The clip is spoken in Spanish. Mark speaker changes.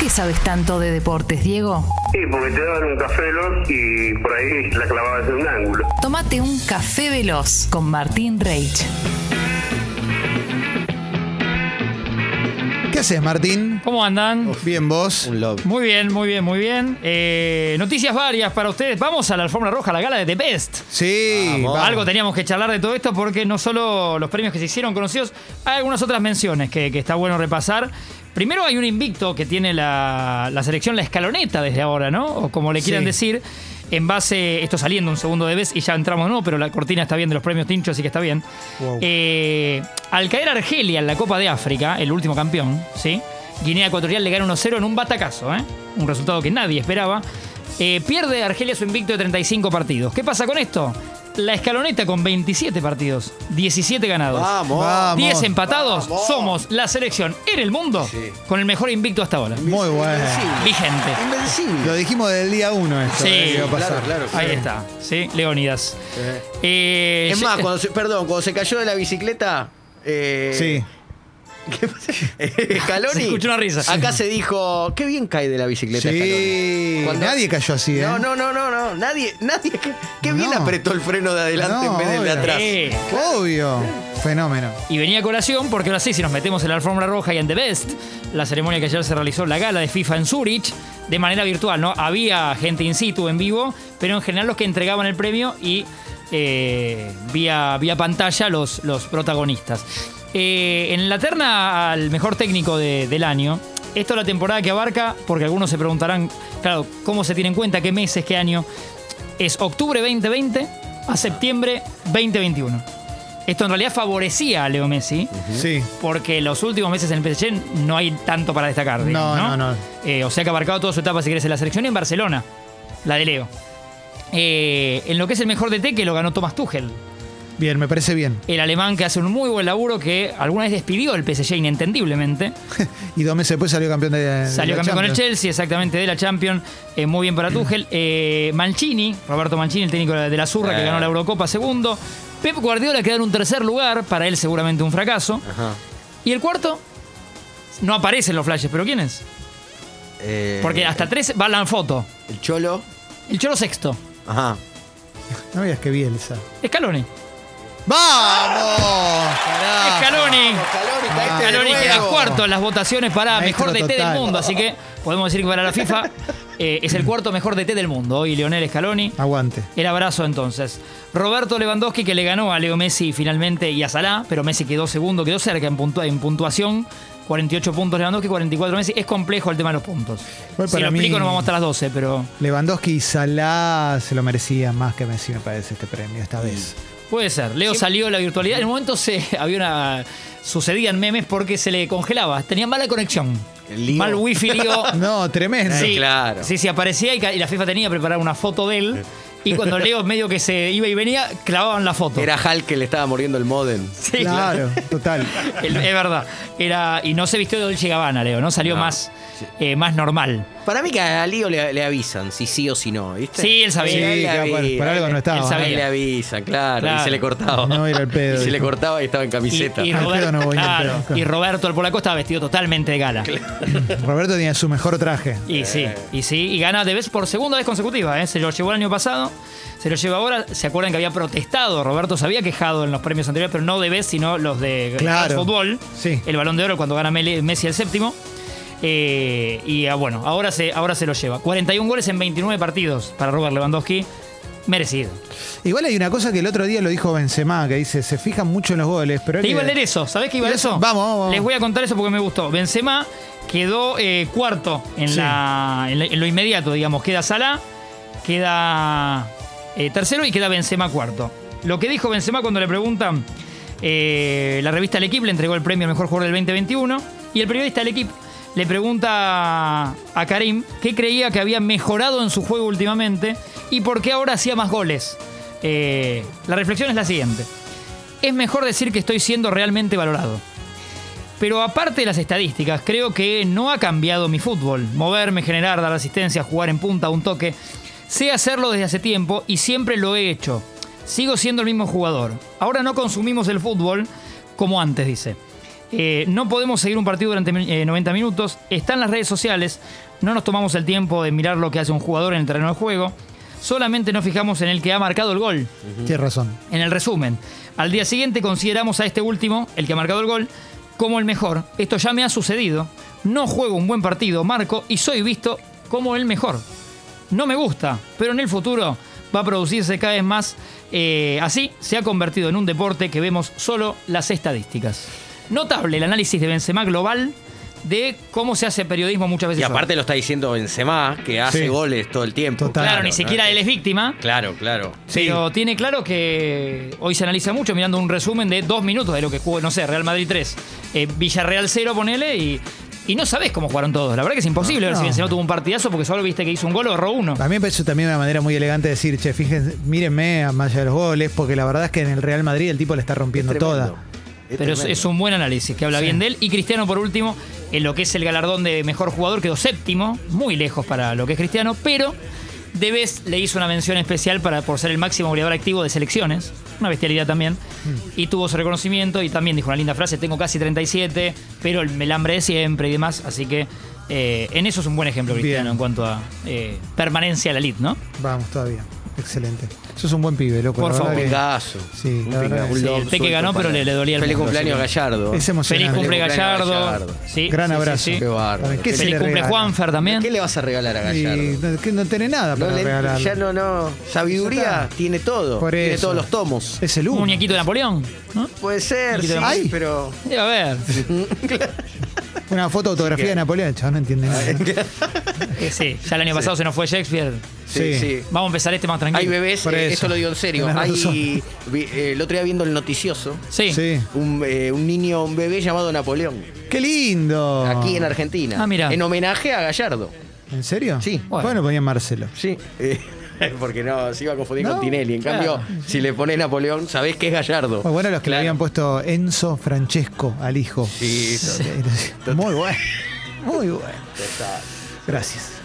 Speaker 1: qué sabes tanto de deportes, Diego?
Speaker 2: Sí, porque te daban un café veloz y por ahí la clavabas en un ángulo.
Speaker 1: Tómate un café veloz con Martín Reich.
Speaker 3: ¿Qué haces, Martín?
Speaker 4: ¿Cómo andan?
Speaker 3: Bien, vos.
Speaker 5: Un love.
Speaker 4: Muy bien, muy bien, muy bien. Eh, noticias varias para ustedes. Vamos a la alfombra roja, a la gala de The Best.
Speaker 3: Sí,
Speaker 5: Vamos.
Speaker 3: vamos.
Speaker 4: Algo teníamos que charlar de todo esto porque no solo los premios que se hicieron conocidos, hay algunas otras menciones que, que está bueno repasar. Primero hay un invicto que tiene la, la selección, la escaloneta desde ahora, ¿no? O como le quieran
Speaker 3: Sí.
Speaker 4: decir, en base, esto saliendo un segundo de vez y ya entramos, no, pero la cortina está bien de los premios Tincho, así que está bien.
Speaker 3: Wow.
Speaker 4: Eh, al caer Argelia en la Copa de África, el último campeón, ¿sí? Guinea Ecuatorial le gana 1-0 en un batacazo, ¿eh? Un resultado que nadie esperaba. Eh, pierde Argelia su invicto de 35 partidos. ¿Qué pasa con esto? La escaloneta con 27 partidos, 17 ganados.
Speaker 5: Vamos.
Speaker 3: Vamos.
Speaker 4: 10 empatados,
Speaker 5: Vamos.
Speaker 4: somos la selección en el mundo
Speaker 5: Sí.
Speaker 4: con el mejor invicto hasta ahora.
Speaker 3: Muy bueno.
Speaker 4: Vigente.
Speaker 5: Invencible.
Speaker 3: Lo dijimos del día uno esto.
Speaker 4: Sí.
Speaker 3: eh, que iba a
Speaker 5: Claro,
Speaker 3: pasar.
Speaker 5: claro.
Speaker 4: Ahí
Speaker 5: sí.
Speaker 4: está, ¿sí? Leónidas.
Speaker 5: Sí.
Speaker 4: Eh,
Speaker 5: Es
Speaker 4: ya-
Speaker 5: más, cuando se, perdón, cuando se cayó de la bicicleta. Eh,
Speaker 3: Sí.
Speaker 5: ¿Qué pasa? Eh, Scaloni.
Speaker 4: Se escuchó una risa.
Speaker 5: Acá se dijo, qué bien cae de la bicicleta.
Speaker 3: Sí.
Speaker 5: Scaloni". Cuando-
Speaker 3: Nadie cayó así, ¿eh?
Speaker 5: No, no, no, no, no. Nadie, nadie. Qué bien
Speaker 3: No.
Speaker 5: apretó el freno de adelante
Speaker 3: No,
Speaker 5: en vez del de
Speaker 3: obvio.
Speaker 5: atrás.
Speaker 4: Sí.
Speaker 3: Obvio. Fenómeno.
Speaker 4: Y venía a colación porque ahora sí, si nos metemos en la alfombra roja y en The Best, la ceremonia que ayer se realizó en la gala de FIFA en Zurich, de manera virtual, ¿no? Había gente in situ, en vivo, pero en general los que entregaban el premio y eh, vía, vía pantalla los, los protagonistas. Eh, en la terna al mejor técnico de- del año, esto es la temporada que abarca, porque algunos se preguntarán, claro, ¿cómo se tiene en cuenta? ¿Qué meses? ¿Qué año? Es octubre 2020 a septiembre 2021. Esto en realidad favorecía a Leo Messi,
Speaker 3: Sí.
Speaker 4: porque los últimos meses en el PSG no hay tanto para destacar. digamos,
Speaker 3: No,
Speaker 4: no,
Speaker 3: no, no.
Speaker 4: Eh, o sea que ha abarcado toda su etapa, si querés, en la selección y en Barcelona, la de Leo. Eh, en lo que es el mejor DT que lo ganó Thomas Tuchel,
Speaker 3: Bien, me parece bien.
Speaker 4: el alemán que hace un muy buen laburo que alguna vez despidió el PSG inentendiblemente.
Speaker 3: Y dos meses después salió campeón de- de.
Speaker 4: Salió
Speaker 3: la
Speaker 4: campeón con el
Speaker 3: Champions.
Speaker 4: Chelsea, exactamente, de la Champions. Eh, muy bien para Tuchel. Eh, Mancini, Roberto Mancini, el técnico de la Zurra, que
Speaker 5: Eh.
Speaker 4: ganó la Eurocopa segundo. Pep Guardiola queda en un tercer lugar, para él seguramente un fracaso.
Speaker 5: Ajá.
Speaker 4: Y el cuarto, no aparecen los flashes, pero ¿quién es?
Speaker 5: Eh,
Speaker 4: Porque hasta tres va la foto.
Speaker 5: El cholo.
Speaker 4: El Cholo sexto,
Speaker 5: Ajá.
Speaker 3: No veas que Bielsa.
Speaker 4: Scaloni.
Speaker 3: ¡Vamos! Carajo.
Speaker 4: Scaloni.
Speaker 5: Calori,
Speaker 3: Ah.
Speaker 5: caíste este de
Speaker 4: Scaloni queda
Speaker 5: nuevo.
Speaker 4: cuarto en las votaciones para
Speaker 3: Maestro
Speaker 4: mejor DT
Speaker 3: total.
Speaker 4: del mundo, así que podemos decir que para la FIFA eh, es el cuarto mejor DT del mundo. Hoy Lionel Scaloni.
Speaker 3: Aguante.
Speaker 4: El abrazo entonces. Roberto Lewandowski que le ganó a Leo Messi finalmente y a Salah, pero Messi quedó segundo, quedó cerca en, puntua- en puntuación. 48 puntos Lewandowski, 44 Messi. Es complejo el tema de los puntos.
Speaker 3: Igual
Speaker 4: si
Speaker 3: para
Speaker 4: lo
Speaker 3: mí-
Speaker 4: explico no vamos hasta las 12, pero
Speaker 3: Lewandowski y Salah se lo merecían más que Messi, me parece, este premio esta vez.
Speaker 4: puede ser. Leo salió de la virtualidad. En un momento se había una sucedían memes porque se le congelaba. Tenía mala conexión.
Speaker 5: El lío. Eh,
Speaker 4: Mal wifi, lío.
Speaker 3: No, tremendo.
Speaker 4: Sí,
Speaker 5: claro.
Speaker 4: Sí, sí, aparecía y, ca- y la FIFA tenía preparada una foto de él. Y cuando Leo medio que se iba y venía, clavaban la foto.
Speaker 5: Era Hulk que le estaba muriendo el modem.
Speaker 4: Sí,
Speaker 3: claro, total.
Speaker 4: El- es verdad. Era, y no se vistió de Dolce Gabbana, Leo, ¿no? Salió
Speaker 5: No.
Speaker 4: más, eh, más normal.
Speaker 5: Para mí que a Lío le, le avisan si sí o si no, ¿viste?
Speaker 4: Sí, él sabía.
Speaker 3: Sí,
Speaker 4: Ahí
Speaker 5: Él
Speaker 3: claro,
Speaker 5: avisa,
Speaker 3: por, por algo no estaba. ¿eh?
Speaker 4: él sabía.
Speaker 5: Ahí le avisan, claro,
Speaker 4: Claro.
Speaker 5: Y se le cortaba.
Speaker 3: No era el pedo.
Speaker 5: Y se le
Speaker 3: dijo.
Speaker 5: cortaba y estaba en camiseta.
Speaker 4: Y, y
Speaker 3: Al pedo
Speaker 4: Roberto,
Speaker 3: no voy, al
Speaker 4: claro,
Speaker 3: pedo.
Speaker 4: y Roberto el polaco estaba vestido totalmente de gala.
Speaker 3: Roberto tenía su mejor traje.
Speaker 4: Y sí,
Speaker 3: Eh.
Speaker 4: y sí, y gana de vez por segunda vez consecutiva, ¿eh? se lo llevó el año pasado, se lo lleva ahora, se acuerdan que había protestado, Roberto se había quejado en los premios anteriores, pero no de vez, sino los de
Speaker 3: Claro.
Speaker 4: fútbol,
Speaker 3: Sí.
Speaker 4: el balón de oro cuando gana Mele- Messi el séptimo, Eh, y ah, bueno, ahora se, ahora se lo lleva. 41 goles en 29 partidos para Robert Lewandowski, merecido.
Speaker 3: Igual hay una cosa que el otro día lo dijo Benzema, que dice, se fijan mucho en los goles, pero...
Speaker 4: Te
Speaker 3: hay
Speaker 4: iba a
Speaker 3: que-
Speaker 4: leer eso, ¿sabés qué iba a leer
Speaker 3: Eso,
Speaker 4: eso?
Speaker 3: vamos, vamos, vamos.
Speaker 4: Les voy a contar eso porque me gustó. Benzema quedó eh, cuarto en,
Speaker 3: Sí.
Speaker 4: la, en, la- en lo inmediato, digamos. Queda Salah, queda eh, tercero y queda Benzema cuarto. Lo que dijo Benzema cuando le preguntan, eh, la revista El Equipo le entregó el premio al mejor jugador del 2021 y el periodista El Equipo le pregunta a Karim qué creía que había mejorado en su juego últimamente y por qué ahora hacía más goles. Eh, la reflexión es la siguiente es mejor decir que estoy siendo realmente valorado. Pero aparte de las estadísticas, creo que no ha cambiado mi fútbol. Moverme, generar, dar asistencia, jugar en punta, un toque. Sé hacerlo desde hace tiempo y siempre lo he hecho. Sigo siendo el mismo jugador. Ahora no consumimos el fútbol como antes, dice. Eh, no podemos seguir un partido durante mi- eh, 90 minutos. Está en las redes sociales. No nos tomamos el tiempo de mirar lo que hace un jugador en el terreno de juego. Solamente nos fijamos en el que ha marcado el gol.
Speaker 3: Tienes razón.
Speaker 4: En el resumen, al día siguiente consideramos a este último, el que ha marcado el gol, como el mejor. Esto ya me ha sucedido. No juego un buen partido, marco, y soy visto como el mejor. No me gusta, pero en el futuro va a producirse cada vez más. eh, así se ha convertido en un deporte que vemos solo las estadísticas. Notable el análisis de Benzema global de cómo se hace periodismo muchas veces.
Speaker 5: Y
Speaker 4: ahora.
Speaker 5: aparte lo está diciendo Benzema, que hace
Speaker 3: Sí.
Speaker 5: goles todo el tiempo.
Speaker 3: Total.
Speaker 4: claro,
Speaker 3: claro,
Speaker 4: ni
Speaker 5: ¿no?
Speaker 4: siquiera él es víctima.
Speaker 5: Claro, claro.
Speaker 4: Pero tiene claro que hoy se analiza mucho mirando un resumen de dos minutos de lo que jugó, no sé, Real Madrid 3, eh, Villarreal 0, ponele, y, y no sabés cómo jugaron todos. La verdad que es imposible ver si
Speaker 3: No.
Speaker 4: Benzema tuvo un partidazo porque solo viste que hizo un gol o erró uno.
Speaker 3: A mí me pareció también una manera muy elegante de decir, che, fíjense, mírenme a más allá de los goles, porque la verdad es que en el Real Madrid el tipo le está rompiendo toda.
Speaker 4: Pero es, es un buen análisis que habla bien de él. Y Cristiano, por último, en lo que es el galardón de mejor jugador, quedó séptimo, muy lejos para lo que es Cristiano, pero Debes le hizo una mención especial para, por ser el máximo goleador activo de selecciones, una bestialidad también,
Speaker 3: Mm.
Speaker 4: y tuvo su reconocimiento y también dijo una linda frase, tengo casi 37, pero el, el hambre de siempre y demás, así que eh, en eso es un buen ejemplo Cristiano
Speaker 3: Bien.
Speaker 4: en cuanto a eh, permanencia a la elite, ¿no?
Speaker 3: Vamos, todavía. Excelente. Sos un buen pibe, loco.
Speaker 4: Por
Speaker 3: la verdad
Speaker 4: favor.
Speaker 3: que-
Speaker 5: Pingazo.
Speaker 3: Sí,
Speaker 5: Un
Speaker 3: la verdad
Speaker 5: pingazo,
Speaker 3: que
Speaker 5: un
Speaker 3: sí.
Speaker 5: lobo
Speaker 4: El Peque
Speaker 5: suelto
Speaker 4: ganó, pero
Speaker 5: para-
Speaker 4: le- le dolía el
Speaker 5: Feliz
Speaker 4: mundo,
Speaker 5: cumpleaños a
Speaker 4: así
Speaker 5: Gallardo.
Speaker 3: Es emocionante.
Speaker 4: Feliz cumple
Speaker 5: cumpleaños,
Speaker 4: Gallardo.
Speaker 5: Gallardo.
Speaker 4: Sí,
Speaker 3: Gran
Speaker 4: sí, sí,
Speaker 3: abrazo.
Speaker 4: sí.
Speaker 5: Qué bárbaro.
Speaker 3: ¿Qué se
Speaker 4: Feliz
Speaker 3: le
Speaker 4: cumple
Speaker 3: regala?
Speaker 4: Juanfer también.
Speaker 5: ¿Qué le vas a regalar a
Speaker 3: Y
Speaker 5: Gallardo?
Speaker 3: no, que no tiene nada
Speaker 5: No
Speaker 3: para
Speaker 5: le-
Speaker 3: regalar.
Speaker 5: ya no, no. Sabiduría tiene todo.
Speaker 3: Por
Speaker 5: Tiene
Speaker 3: eso.
Speaker 5: todos los tomos.
Speaker 3: Es el
Speaker 4: Un
Speaker 3: uno.
Speaker 4: muñequito de Napoleón, ¿no?
Speaker 5: Puede ser,
Speaker 4: Muñequito
Speaker 5: sí,
Speaker 4: de
Speaker 3: Ay.
Speaker 5: pero.
Speaker 4: Debe haber.
Speaker 3: Una foto autografía de Napoleón, el chabón no entiende nada.
Speaker 4: Eh, Sí, ya el año pasado se nos fue Shakespeare.
Speaker 5: Sí, sí.
Speaker 4: Vamos a empezar este más tranquilo.
Speaker 5: Hay bebés,
Speaker 3: Por
Speaker 5: eh,
Speaker 3: eso.
Speaker 5: esto lo digo en serio.
Speaker 3: Tenés
Speaker 5: Hay,
Speaker 3: razón.
Speaker 5: vi- eh, el otro día viendo el noticioso,
Speaker 4: Sí.
Speaker 3: Sí.
Speaker 5: un, eh, un niño, un bebé llamado Napoleón,
Speaker 3: ¡Qué lindo!
Speaker 5: aquí en Argentina.
Speaker 4: Ah, mira.
Speaker 5: En homenaje a Gallardo.
Speaker 3: ¿En serio?
Speaker 5: Sí.
Speaker 3: Bueno, ponía Marcelo.
Speaker 5: Sí. Eh, porque no, se iba a confundir
Speaker 3: No,
Speaker 5: con Tinelli. En
Speaker 4: claro.
Speaker 5: cambio, si le pones Napoleón, sabés que es Gallardo.
Speaker 3: Muy bueno los que le
Speaker 5: Claro.
Speaker 3: habían puesto Enzo Francesco al hijo.
Speaker 5: Sí, total.
Speaker 3: Muy bueno. Muy bueno. Gracias.